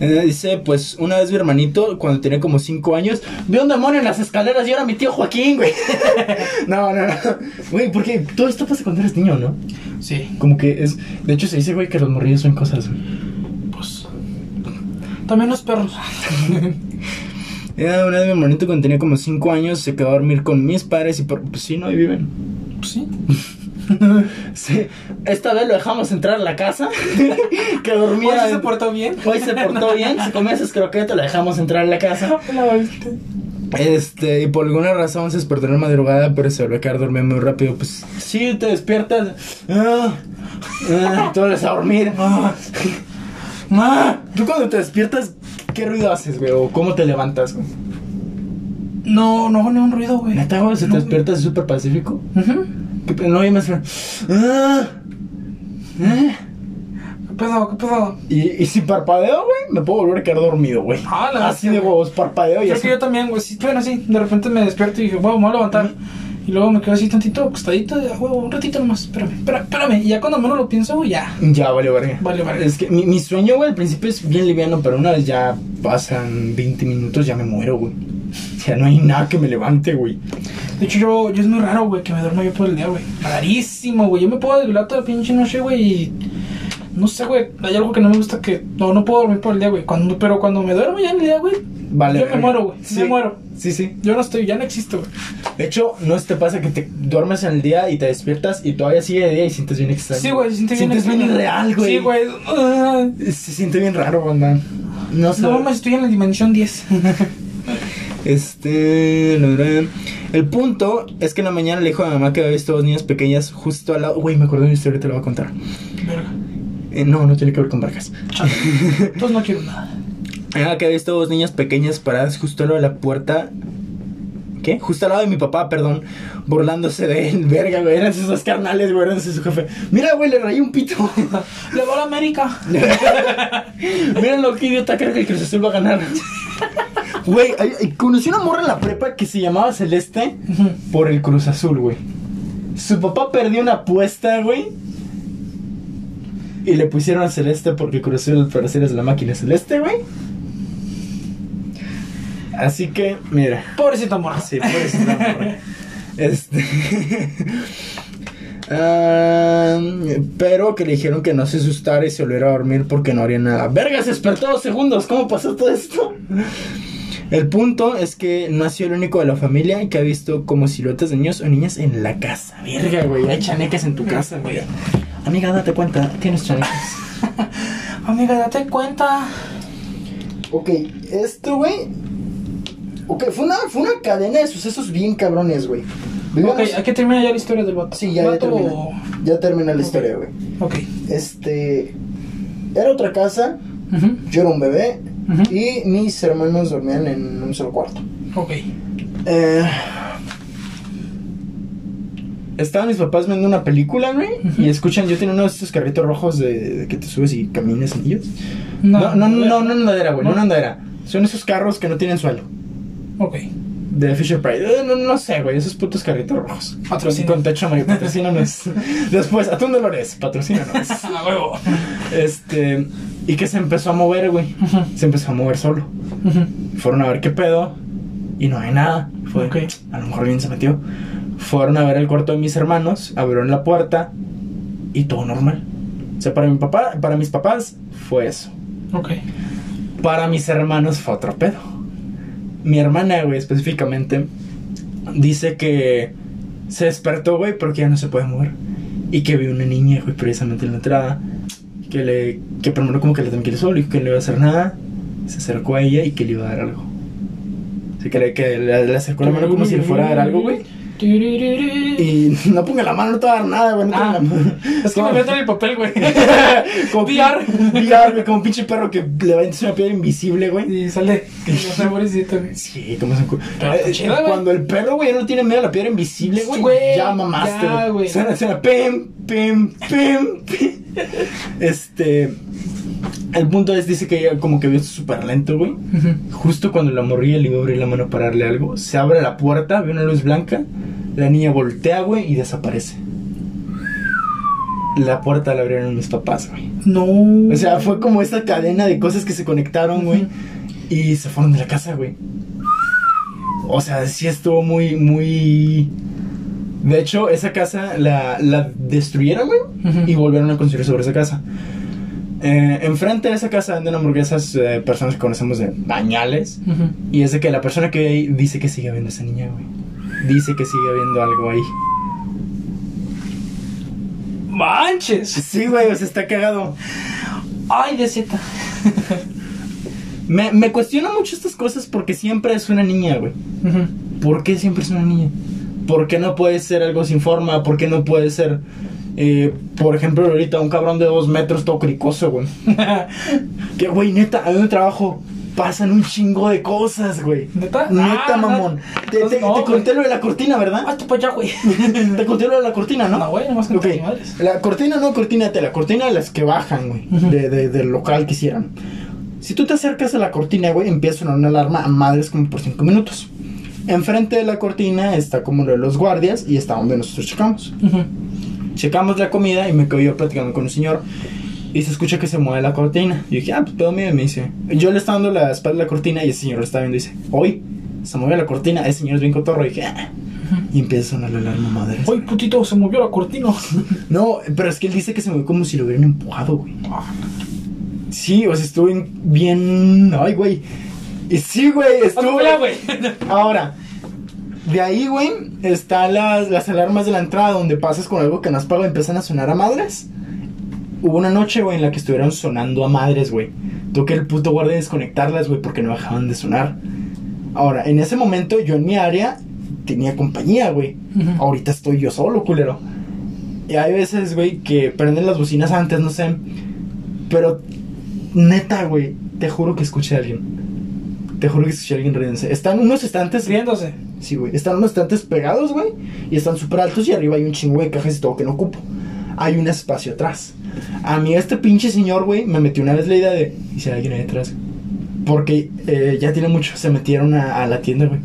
Speaker 2: Eh, dice, pues una vez mi hermanito, cuando tenía como 5 años, vio un demonio en las escaleras y era mi tío Joaquín, güey. no, no, no. Güey, porque todo esto pasa cuando eres niño, ¿no?
Speaker 3: Sí.
Speaker 2: Como que es. De hecho, se dice, güey, que los morrillos son cosas, güey.
Speaker 3: Pues. También los perros.
Speaker 2: Eh, una vez mi hermanito, cuando tenía como 5 años, se quedó a dormir con mis padres y por- pues sí, no, ahí viven.
Speaker 3: Pues sí.
Speaker 2: Sí, esta vez lo dejamos entrar a la casa. que dormía.
Speaker 3: Mira, se
Speaker 2: en-
Speaker 3: portó bien.
Speaker 2: Hoy se portó bien, se comió sus croquetas, lo dejamos entrar a la casa.
Speaker 3: La verde.
Speaker 2: Este, y por alguna razón se despertó en la madrugada, pero se volvió a quedar dormido muy rápido. Pues sí, te despiertas. Ah, ah, te vuelves a dormir. Ah.
Speaker 3: Ma.
Speaker 2: Tú cuando te despiertas, ¿qué ruido haces, güey? ¿O cómo te levantas, güey?
Speaker 3: No, no hago ningún ruido, güey.
Speaker 2: Neta, güey, se te despiertas súper pacífico.
Speaker 3: Ujú.
Speaker 2: ¿Qué pe- No, y me suena. "Ah, eh".
Speaker 3: ¿Qué pedo? ¿Qué pedo?
Speaker 2: Y, y si parpadeo, güey, me puedo volver a quedar dormido, güey.
Speaker 3: Ah, la
Speaker 2: Así
Speaker 3: bestia,
Speaker 2: de
Speaker 3: güey.
Speaker 2: huevos, parpadeo y
Speaker 3: Creo que
Speaker 2: así.
Speaker 3: yo también, güey. Sí, bueno, sí. De repente me despierto y dije, wow, me voy a levantar. Y luego me quedo así tantito, acostadito, y, ah, huevo, un ratito nomás. Espérame, espérame, espérame. Y ya cuando menos lo pienso, güey, ya.
Speaker 2: Ya, vale, verga.
Speaker 3: Vale, verga.
Speaker 2: Es que mi, mi sueño, güey, al principio es bien liviano, pero una vez ya pasan 20 minutos, ya me muero, güey. Ya no hay nada que me levante, güey.
Speaker 3: De hecho, yo, yo es muy raro, güey, que me duerma yo por el día, güey. Rarísimo, güey. Yo me puedo desvelar toda la pinche noche, güey, y... No sé, güey. Hay algo que no me gusta que... No, no puedo dormir por el día, güey. Cuando, pero cuando me duermo ya en el día, güey...
Speaker 2: Vale.
Speaker 3: Yo me
Speaker 2: verga.
Speaker 3: muero, güey.
Speaker 2: Sí.
Speaker 3: Me muero.
Speaker 2: Sí, sí.
Speaker 3: Yo no estoy, ya no existo, güey.
Speaker 2: De hecho, ¿no te pasa que te duermes en el día y te despiertas y todavía sigue de día y sientes bien extraño?
Speaker 3: Sí, güey, se siente bien.
Speaker 2: Sientes bien
Speaker 3: extraño.
Speaker 2: real, güey.
Speaker 3: Sí, güey. Ah,
Speaker 2: Eh, Se siente bien raro, banda. No sé.
Speaker 3: No mames, estoy en la dimensión 10.
Speaker 2: Este. la verdad, El punto es que en la mañana le dijo a mi mamá que había visto dos niñas pequeñas justo al lado. Güey, me acuerdo de una historia, te la voy a contar.
Speaker 3: Verga.
Speaker 2: Eh, no, no tiene que ver con barcas.
Speaker 3: Chale. Entonces no quiero nada.
Speaker 2: Ah, que había visto dos niñas pequeñas paradas justo al lado de la puerta. ¿Qué? Justo al lado de mi papá, perdón. Burlándose de él. Verga, güey. Eran sus dos carnales, güey. Eran su jefe. Mira, güey, le rayé un pito.
Speaker 3: Le va a la América.
Speaker 2: Miren lo que idiota creo que el Cruz Azul va a ganar. Güey, ay, ay, conocí una morra en la prepa que se llamaba Celeste
Speaker 3: Ujú.
Speaker 2: por el Cruz Azul, güey. Su papá perdió una apuesta, güey. Y le pusieron a Celeste porque el Cruz Azul al parecer es la máquina celeste, güey. Así que, mira.
Speaker 3: Pobrecita morra.
Speaker 2: Sí, por eso es la morra. Este. Am, em, pero que le dijeron que no se asustara y se volviera a dormir porque no haría nada. ¡Verga! Se despertó dos segundos. ¿Cómo pasó todo esto? El punto es que no ha sido el único de la familia que ha visto como siluetas de niños o niñas en la casa. Verga, güey. Hay chaneques en tu casa, güey. Amiga, date cuenta. Tienes chaneques.
Speaker 3: Amiga, date cuenta.
Speaker 2: Ok, esto, güey. Ok, fue una, fue una cadena de sucesos bien cabrones, güey.
Speaker 3: Ok,
Speaker 2: Vivíamos-
Speaker 3: hay que terminar ya la historia del vato.
Speaker 2: Sí, ya, ya
Speaker 3: Vato-
Speaker 2: terminó. Ya termina la historia, güey.
Speaker 3: Ok.
Speaker 2: Este. Era otra casa,
Speaker 3: Ujú.
Speaker 2: yo era un bebé
Speaker 3: Ujú.
Speaker 2: y mis hermanos dormían en un solo cuarto.
Speaker 3: Ok.
Speaker 2: Eh, estaban mis papás viendo una película, güey,
Speaker 3: Ujú.
Speaker 2: y escuchan, yo tenía uno de estos carritos rojos de, de que te subes y caminas en ellos. No, no, no, no, no, andadera, güey, no, no andadera. Son esos carros que no tienen suelo.
Speaker 3: Ok.
Speaker 2: De Fisher Price. Eh, no, no sé, güey. Esos putos carritos rojos.
Speaker 3: Patrocina.
Speaker 2: Con techo amarillo. Patrocínanos. Después, Atún Dolores. Patrocínanos.
Speaker 3: A huevo.
Speaker 2: Este. Y que se empezó a mover, güey.
Speaker 3: Ujú.
Speaker 2: Se empezó a mover solo.
Speaker 3: Ujú.
Speaker 2: Fueron a ver qué pedo. Y no hay nada. Fue.
Speaker 3: Ok.
Speaker 2: A lo mejor alguien se metió. Fueron a ver el cuarto de mis hermanos. Abrieron la puerta. Y todo normal. O sea, para mi papá, para mis papás fue eso.
Speaker 3: Ok.
Speaker 2: Para mis hermanos fue otro pedo. Mi hermana, güey, específicamente, dice que se despertó, güey, porque ya no se puede mover. Y que vio una niña, güey, precisamente en la entrada. Que le. Que primero como que la tranquilizó, le dijo que no le iba a hacer nada. Se acercó a ella y que le iba a dar algo. Así que le, que le, le acercó la mano como si le fuera a dar algo, güey.
Speaker 3: Y...
Speaker 2: Y no ponga la mano, no te va a dar nada, güey. No
Speaker 3: Ah,
Speaker 2: ponga la mano.
Speaker 3: Es que me meto en el papel, güey.
Speaker 2: como,
Speaker 3: VR.
Speaker 2: VR, güey, como un pinche perro que le va a entrar una piedra invisible, güey.
Speaker 3: Y sale. No sé, pobrecito, güey.
Speaker 2: Sí, como se ocurre.
Speaker 3: Pero está
Speaker 2: Eh,
Speaker 3: chido, güey.
Speaker 2: Cuando el perro, güey, ya no tiene miedo a la piedra invisible, güey.
Speaker 3: Güey,
Speaker 2: ya mamaste,
Speaker 3: ya, güey.
Speaker 2: Suena, suena. Pim, pim, pim, pim. Este. El punto es, dice que ella como que vio esto súper lento, güey.
Speaker 3: Ujú.
Speaker 2: Justo cuando la morrilla le iba a abrir la mano para darle algo, se abre la puerta, ve una luz blanca. La niña voltea, güey, y desaparece. La puerta la abrieron mis papás, güey.
Speaker 3: No.
Speaker 2: O sea, fue como esta cadena de cosas que se conectaron, güey.
Speaker 3: Ujú.
Speaker 2: Y se fueron de la casa, güey. O sea, sí estuvo muy, muy... De hecho, esa casa la, la destruyeron, güey.
Speaker 3: Ujú.
Speaker 2: Y volvieron a construir sobre esa casa. Eh, enfrente de esa casa venden hamburguesas eh, personas que conocemos de bañales.
Speaker 3: Ujú.
Speaker 2: Y es de que la persona que vive ahí dice que sigue viendo a esa niña, güey. Dice que sigue viendo algo ahí.
Speaker 3: ¡Manches!
Speaker 2: Sí, güey, o sea, está cagado.
Speaker 3: ¡Ay, de Z!
Speaker 2: Me, me cuestiono mucho estas cosas porque siempre es una niña, güey.
Speaker 3: Ujú.
Speaker 2: ¿Por qué siempre es una niña? ¿Por qué no puede ser algo sin forma? ¿Por qué no puede ser, eh, por ejemplo, ahorita un cabrón de dos metros todo cricoso, güey? Que, güey, neta, a mí en el trabajo pasan un chingo de cosas, güey.
Speaker 3: ¿Neta?
Speaker 2: Neta,
Speaker 3: Ah,
Speaker 2: mamón.
Speaker 3: no.
Speaker 2: Te, te-
Speaker 3: No,
Speaker 2: te
Speaker 3: güey.
Speaker 2: conté lo de la cortina, ¿verdad?
Speaker 3: ¡Hasta para allá, güey!
Speaker 2: te conté lo de la cortina, ¿no?
Speaker 3: No, güey, nomás
Speaker 2: Ok,
Speaker 3: conté mis madres.
Speaker 2: La cortina no, cortina de tela, cortina de las que bajan, güey,
Speaker 3: Ujú.
Speaker 2: de, de- del local que hicieron. Si tú te acercas a la cortina, güey, empieza a sonar una alarma a madres como por 5 minutos. Enfrente de la cortina está como lo de los guardias y está donde nosotros checamos.
Speaker 3: Ujú.
Speaker 2: Checamos la comida y me quedo yo platicando con un señor y se escucha que se mueve la cortina. Y yo dije, ah, pues pedo mío, y me dice. Yo le estaba dando la espalda a la cortina y el señor lo estaba viendo y dice, hoy se mueve la cortina, ese señor es bien cotorro. Y dije, ah, Y empieza a sonar la alarma madre.
Speaker 3: Ay, putito, se movió la cortina.
Speaker 2: No, pero es que él dice que se movió como si lo hubieran empujado, güey. Sí, o sea, estuvo en- bien. Ay, güey. Y Sí, güey, estuvo.
Speaker 3: Hola, güey.
Speaker 2: Ahora, de ahí, güey, están las, las alarmas de la entrada donde pasas con algo que no has pagado y empiezan a sonar a madres. Hubo una noche, güey, en la que estuvieron sonando a madres, güey. Tuve que el puto guardia desconectarlas, güey, porque no dejaban de sonar. Ahora, en ese momento yo en mi área tenía compañía, güey.
Speaker 3: Ujú.
Speaker 2: Ahorita estoy yo solo, culero. Y hay veces, güey, que prenden las bocinas antes, no sé. Pero, neta, güey, te juro que escuché a alguien. Te juro que escuché a alguien riéndose. Están unos estantes
Speaker 3: Riéndose.
Speaker 2: Sí, güey. Están unos estantes pegados, güey. Y están súper altos y arriba hay un chingo de cajas y todo que no ocupo. Hay un espacio atrás. A mí este pinche señor, güey, me metió una vez la idea de... ¿Y si hay alguien ahí atrás? Porque eh, ya tiene mucho. Se metieron a, a la tienda, güey.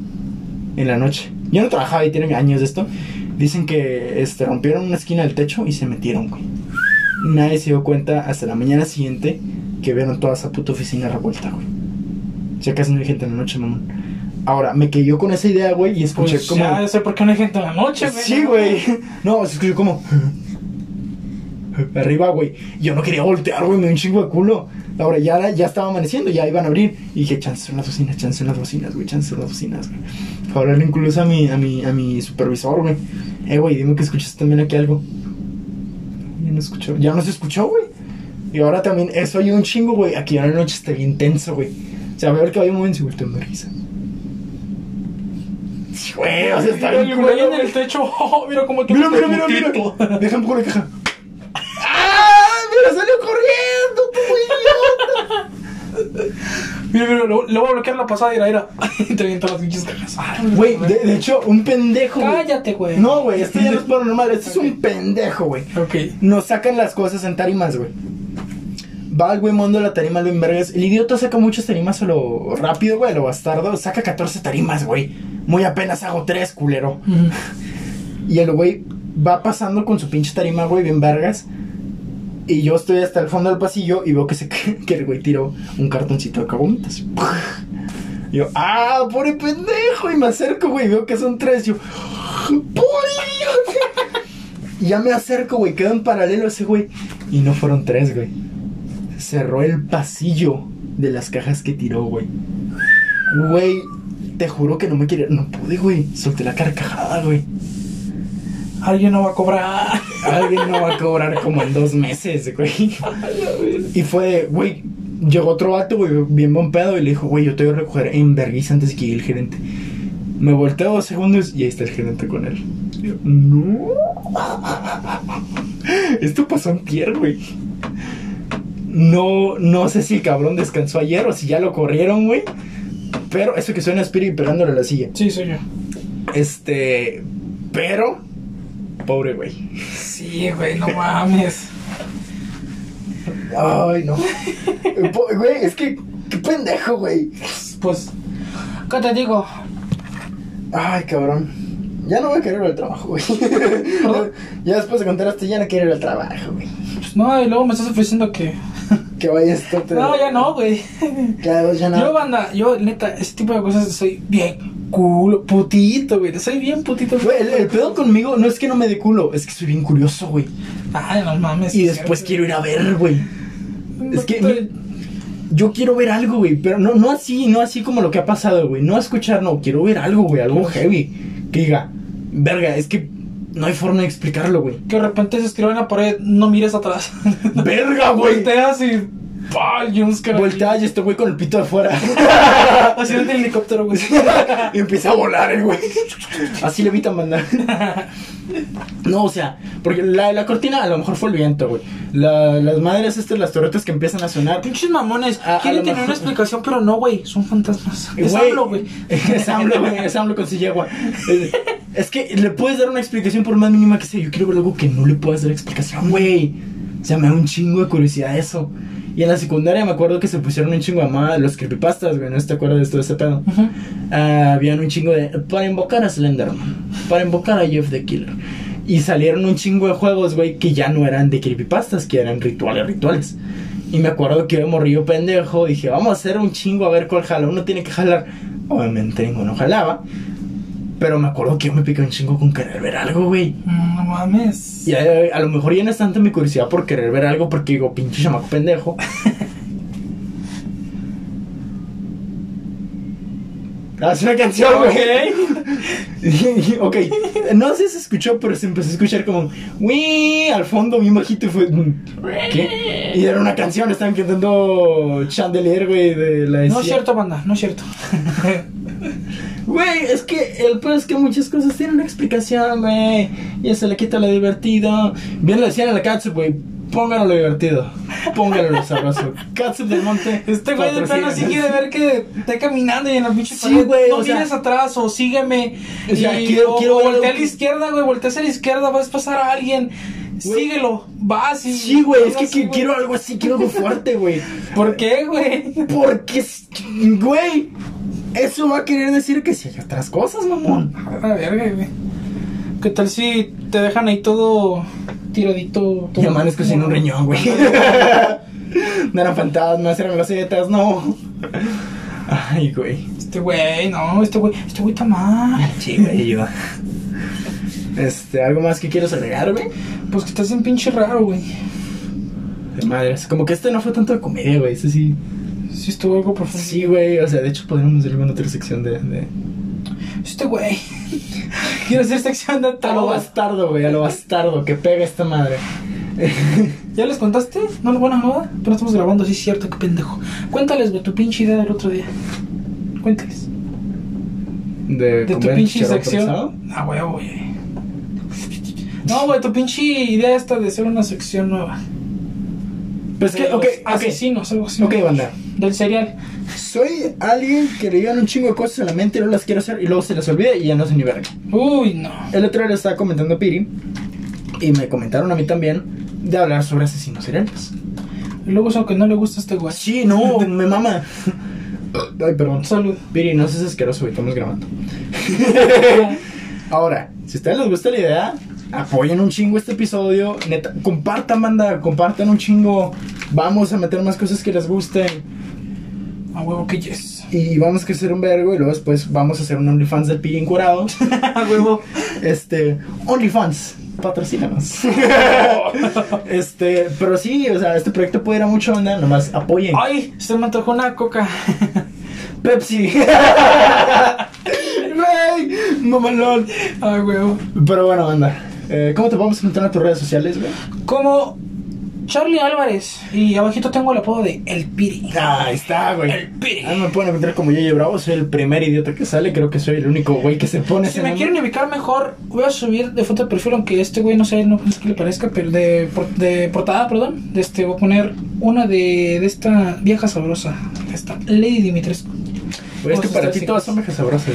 Speaker 2: En la noche. Yo no trabajaba y tiene años de esto. Dicen que este, rompieron una esquina del techo y se metieron, güey. Nadie se dio cuenta hasta la mañana siguiente que vieron toda esa puta oficina revuelta, güey. Si acaso no hay gente en la noche, mamón. Ahora, me quedé yo con esa idea, güey, y escuché
Speaker 3: Pues
Speaker 2: como...
Speaker 3: ya sé por qué no hay gente en la noche, güey.
Speaker 2: Eh, Sí, güey. No, se escuchó como. Arriba, güey. Yo no quería voltear, güey. Me dio un chingo de culo. Ahora ya, era- ya estaba amaneciendo, ya iban a abrir. Y dije, chance son las bocinas, chance son las bocinas, güey, chance son las bocinas, güey. Fue a hablarle incluso a mi, a mi, a mi supervisor, güey. Eh, güey, dime que escuchaste también aquí algo. Ya no escuchó. Ya no se escuchó, güey. Y ahora también, eso hay un chingo, güey. Aquí ahora en la noche está bien tenso, güey. O sea, veo el caballo moviéndose y volteo y me risa. Sí, Güey, o sea, está bien
Speaker 3: El
Speaker 2: culero,
Speaker 3: güey en
Speaker 2: güey.
Speaker 3: el techo. oh, mira cómo te
Speaker 2: Mira,
Speaker 3: gusta
Speaker 2: mira,
Speaker 3: el
Speaker 2: mira,
Speaker 3: putito.
Speaker 2: mira. Deja un poco la caja. ¡Ah! Mira, salió corriendo, tú idiota.
Speaker 3: Mira, mira, le, le voy a bloquear la pasada y la ira. Y te avienta las pinches cajas.
Speaker 2: Ah, Güey, de, de hecho, un pendejo. güey.
Speaker 3: Cállate, güey.
Speaker 2: No, güey, esto ya no es paranormal, esto es un pendejo, güey.
Speaker 3: Ok.
Speaker 2: Nos sacan las cosas en tarimas, güey. Va el güey mondo a la tarima, lo envergas. El idiota saca muchas tarimas solo rápido, güey, lo bastardo. Saca 14 tarimas, güey. Muy apenas hago 3, culero.
Speaker 3: Ujú.
Speaker 2: Y el güey va pasando con su pinche tarima, güey, bien vergas. Y yo estoy hasta el fondo del pasillo y veo que, se, que el güey tiró un cartoncito de cagomitas. Y yo, ¡ah, pobre pendejo! Y me acerco, güey, y veo que son tres. Yo, ¡pobre idiota! Y ya me acerco, güey, quedo en paralelo a ese güey. Y no fueron tres, güey. Cerró el pasillo de las cajas que tiró, güey. Güey, te juro que no me quería. No pude, güey. Solté la carcajada, güey.
Speaker 3: Alguien no va a cobrar.
Speaker 2: Alguien no va a cobrar como en dos meses, güey. Y fue, de, güey, llegó otro vato, güey, bien buen pedo, y le dijo, güey, yo te voy a recoger en vergüenza antes que llegue el gerente. Me volteo dos segundos y ahí está el gerente con él. Y yo, no. Esto pasó antier, güey. No, no sé si el cabrón descansó ayer o si ya lo corrieron, güey. Pero eso que suena a Spirit pegándole a la silla.
Speaker 3: Sí, soy yo.
Speaker 2: Este, pero, pobre, güey.
Speaker 3: Sí, güey, no mames.
Speaker 2: Ay, no. Po- Güey, es que, qué pendejo, güey.
Speaker 3: Pues, ¿qué te digo?
Speaker 2: Ay, cabrón. Ya no voy a querer ir al trabajo, güey. ya después de contar esto, ya no quiero ir al trabajo, güey.
Speaker 3: Pues no, y luego me estás ofreciendo que.
Speaker 2: Que vaya esto, te...
Speaker 3: No, ya no, güey.
Speaker 2: Claro, ya no.
Speaker 3: Yo, banda, yo, neta, ese tipo de cosas soy bien culo, putito, güey. Soy bien putito.
Speaker 2: Güey, el, el pedo conmigo no es que no me dé culo, es que soy bien curioso, güey.
Speaker 3: Ay, no mames.
Speaker 2: Y después quiero ir a ver, güey. es que-
Speaker 3: Estoy-
Speaker 2: Yo quiero ver algo, güey, pero no, no así, no así como lo que ha pasado, güey. No escuchar, no, quiero ver algo, güey, algo heavy. Que diga, verga, es que no hay forma de explicarlo, güey.
Speaker 3: Que de repente se escriba en la pared, no mires atrás.
Speaker 2: Verga, Ah, güey.
Speaker 3: Volteas y. ¡Pah! Y un escarabajo. Ah,
Speaker 2: Voltea y este güey con el pito afuera.
Speaker 3: Así en el helicóptero, güey.
Speaker 2: y empieza a volar el güey. Así le evitan mandar. No, o sea, porque la de la cortina a lo mejor fue el viento, güey. La- las madres estas, las torretas que empiezan a sonar.
Speaker 3: Pinches mamones.
Speaker 2: Ah, A- a
Speaker 3: Quieren
Speaker 2: lo
Speaker 3: tener
Speaker 2: mejor-
Speaker 3: una explicación, pero no, güey. Son fantasmas. Es
Speaker 2: Güey,
Speaker 3: AMLO, güey.
Speaker 2: Es AMLO, güey. Es AMLO con silla, güey. Es- Es que le puedes dar una explicación por más mínima que sea. Yo quiero ver algo que no le puedas dar explicación, güey. O sea, me da un chingo de curiosidad eso. Y en la secundaria me acuerdo que se pusieron un chingo a más los creepypastas, güey. ¿No te acuerdas de todo ese pedo?
Speaker 3: Ujú.
Speaker 2: Ah, habían un chingo de. Para invocar a Slenderman. Para invocar a Jeff the Killer. Y salieron un chingo de juegos, güey, que ya no eran de creepypastas, que eran rituales, rituales. Y me acuerdo que yo de morrillo pendejo dije, vamos a hacer un chingo a ver cuál jala. Uno tiene que jalar. Obviamente ninguno jalaba. Pero me acuerdo que yo me piqué un chingo con querer ver algo, güey.
Speaker 3: Mm, No mames.
Speaker 2: Y eh, a, a lo mejor ya no es tanta mi curiosidad por querer ver algo porque digo, pinche chamaco pendejo. Haz una canción, güey. ok, no sé si se escuchó, pero se empezó a escuchar como, uy, al fondo mi bajito y fue, "Mm, ¿qué? Y era una canción, estaban cantando Chandelier, güey, de la
Speaker 3: No es
Speaker 2: CIA.
Speaker 3: cierto, banda, no es cierto.
Speaker 2: Güey, es que el peor es que muchas cosas tienen una explicación, güey. Y se le quita lo divertido. Bien lo decían en la catsup, güey. Póngalo lo divertido. Póngalo lo sabroso. Catsup del monte.
Speaker 3: Este güey de plano sí quiere ver que esté caminando y en la pinche
Speaker 2: Sí,
Speaker 3: pared,
Speaker 2: güey,
Speaker 3: No
Speaker 2: o sea-
Speaker 3: mires atrás o sígueme.
Speaker 2: O sea,
Speaker 3: y-
Speaker 2: quiero-
Speaker 3: o,
Speaker 2: quiero
Speaker 3: o
Speaker 2: ver
Speaker 3: voltea
Speaker 2: algo
Speaker 3: a la
Speaker 2: que-
Speaker 3: izquierda, güey. Voltea hacia la izquierda, vas a pasar a alguien. Síguelo, vas y.
Speaker 2: Sí, güey, es
Speaker 3: algo
Speaker 2: que
Speaker 3: así,
Speaker 2: qui-
Speaker 3: güey.
Speaker 2: quiero algo así, quiero algo fuerte, güey.
Speaker 3: ¿Por qué, güey?
Speaker 2: Porque, es- güey, eso va a querer decir que sí hay otras cosas, mamón.
Speaker 3: A la verga, güey. ¿Qué tal si te dejan ahí todo tiradito?
Speaker 2: Y
Speaker 3: Todo
Speaker 2: amanezco sin un riñón, güey. No eran fantasmas, eran rosetas, no. Ay, güey.
Speaker 3: Este güey, no, este güey, este güey está mal.
Speaker 2: Sí, güey, ayuda. Este, ¿algo más que quieres agregar, güey?
Speaker 3: Pues que estás en pinche raro, güey.
Speaker 2: De madres. Como que este no fue tanto de comedia, güey. Este sí.
Speaker 3: Sí, estuvo algo profundo.
Speaker 2: Sí, güey. O sea, de hecho podríamos hacer alguna otra sección de. de...
Speaker 3: Este güey. Quiero hacer sección de
Speaker 2: A lo
Speaker 3: todo.
Speaker 2: bastardo, güey. A lo bastardo. Que pega esta madre.
Speaker 3: ¿Ya les contaste? No, bueno, no, pero no estamos grabando, sí es cierto, qué pendejo. Cuéntales, güey, tu pinche idea del otro día. Cuéntales.
Speaker 2: De,
Speaker 3: De tu
Speaker 2: comer
Speaker 3: pinche
Speaker 2: chicharrón prensado.
Speaker 3: sección. Ah, güey, güey. No, güey, tu pinche idea esta de hacer una sección nueva.
Speaker 2: Pues que,
Speaker 3: De
Speaker 2: ok, ok.
Speaker 3: los Asesinos, algo así.
Speaker 2: Ok, banda.
Speaker 3: Del serial.
Speaker 2: Soy alguien que le llegan un chingo de cosas a la mente, no las quiero hacer y luego se las olvida y ya no sé ni verga.
Speaker 3: Uy, no.
Speaker 2: El otro día le estaba comentando a Piri y me comentaron a mí también de hablar sobre asesinos seriales.
Speaker 3: Y luego es aunque no le gusta a este güey.
Speaker 2: Sí, no, me mama. Ay, perdón.
Speaker 3: Salud.
Speaker 2: Piri, no seas asqueroso, güey, estamos grabando. Ahora, si a ustedes les gusta la idea, apoyen un chingo este episodio. Neta, compartan, banda, compartan un chingo. Vamos a meter más cosas que les gusten.
Speaker 3: A huevo que yes.
Speaker 2: Y vamos a crecer un vergo. Y luego después vamos a hacer un OnlyFans del Piri encurado.
Speaker 3: A huevo.
Speaker 2: Este, OnlyFans, patrocínanos. este, pero sí, o sea, este proyecto puede ir a mucho, banda. Nomás apoyen.
Speaker 3: Ay, se me antojó una coca.
Speaker 2: Pepsi. Güey, mamalón.
Speaker 3: A huevo.
Speaker 2: Pero bueno, banda. eh, ¿Cómo te podemos encontrar en tus redes sociales, güey?
Speaker 3: Como Charlie Álvarez. Y abajito tengo el apodo de El Piri.
Speaker 2: Ah, ahí está, güey.
Speaker 3: El Piri.
Speaker 2: Ah, me pueden encontrar como Yeye Bravo. Soy el primer idiota que sale. Creo que soy el único güey que se pone
Speaker 3: Si
Speaker 2: ese
Speaker 3: me
Speaker 2: nombre.
Speaker 3: quieren ubicar mejor, voy a subir de foto de perfil, aunque este güey no sé, no sé qué le parezca, pero de, por- de portada, perdón. De este, voy a poner una de, de esta vieja sabrosa. de Esta Lady Dimitrescu.
Speaker 2: Güey, es que para ti todas son mejas sabrosas,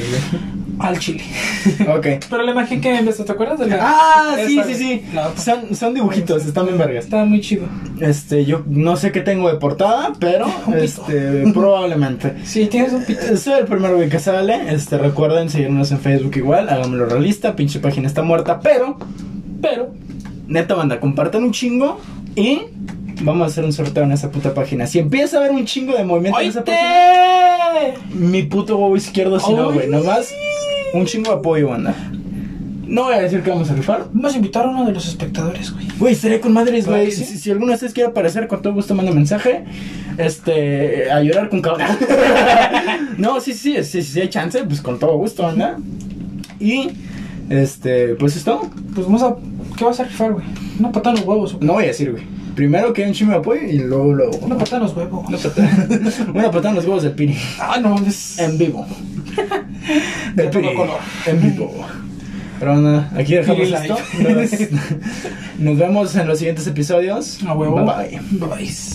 Speaker 3: Al chile.
Speaker 2: güey. ok.
Speaker 3: Pero la imagen que me enviaste, ¿te acuerdas de la.?
Speaker 2: Ah, sí, sí,
Speaker 3: esa, güey?
Speaker 2: sí.
Speaker 3: La otra.
Speaker 2: Son, son dibujitos, están bien vergas.
Speaker 3: Está muy chido.
Speaker 2: Este, yo no sé qué tengo de portada, pero
Speaker 3: Un pito.
Speaker 2: este, probablemente.
Speaker 3: Sí, tienes un pito.
Speaker 2: Eh, Soy el primer güey que sale. Este, recuerden seguirnos en Facebook igual. Háganmelo realista. Pinche página está muerta. Pero,
Speaker 3: Pero,
Speaker 2: neta banda, compartan un chingo. Y vamos a hacer un sorteo en esa puta página. Si empieza a haber un chingo de movimiento en esa página,
Speaker 3: ¡Oíste!
Speaker 2: mi puto huevo izquierdo, si no, güey.
Speaker 3: ¡Ay!
Speaker 2: Nomás un chingo de apoyo, banda. No voy a decir que vamos a rifar.
Speaker 3: eh, Vamos a invitar a uno de los espectadores, güey.
Speaker 2: Güey, seré con madres,
Speaker 3: ¿Verdad
Speaker 2: güey.
Speaker 3: que sí?
Speaker 2: Si, si alguno de ustedes quiere aparecer, con todo gusto manda mensaje. Este, a llorar con cabrón. no, sí, sí, sí, sí, si hay chance, pues con todo gusto, anda. Y, este, pues es todo.
Speaker 3: Pues vamos a. ¿Qué vas a rifar, güey? Una patada en los huevos, o qué?
Speaker 2: No voy a decir, güey. Primero que un chingo de apoyo y luego, luego.
Speaker 3: Una patada en los huevos.
Speaker 2: Una patada. Una patada en los huevos del Piri.
Speaker 3: Ah, no mames.
Speaker 2: En vivo. Del
Speaker 3: Ya tengo
Speaker 2: Piri.
Speaker 3: color.
Speaker 2: En vivo. Pero nada, aquí dejamos
Speaker 3: Piri
Speaker 2: esto.
Speaker 3: like.
Speaker 2: Nos, nos vemos en los siguientes episodios.
Speaker 3: A huevo.
Speaker 2: Bye bye.
Speaker 3: Bye.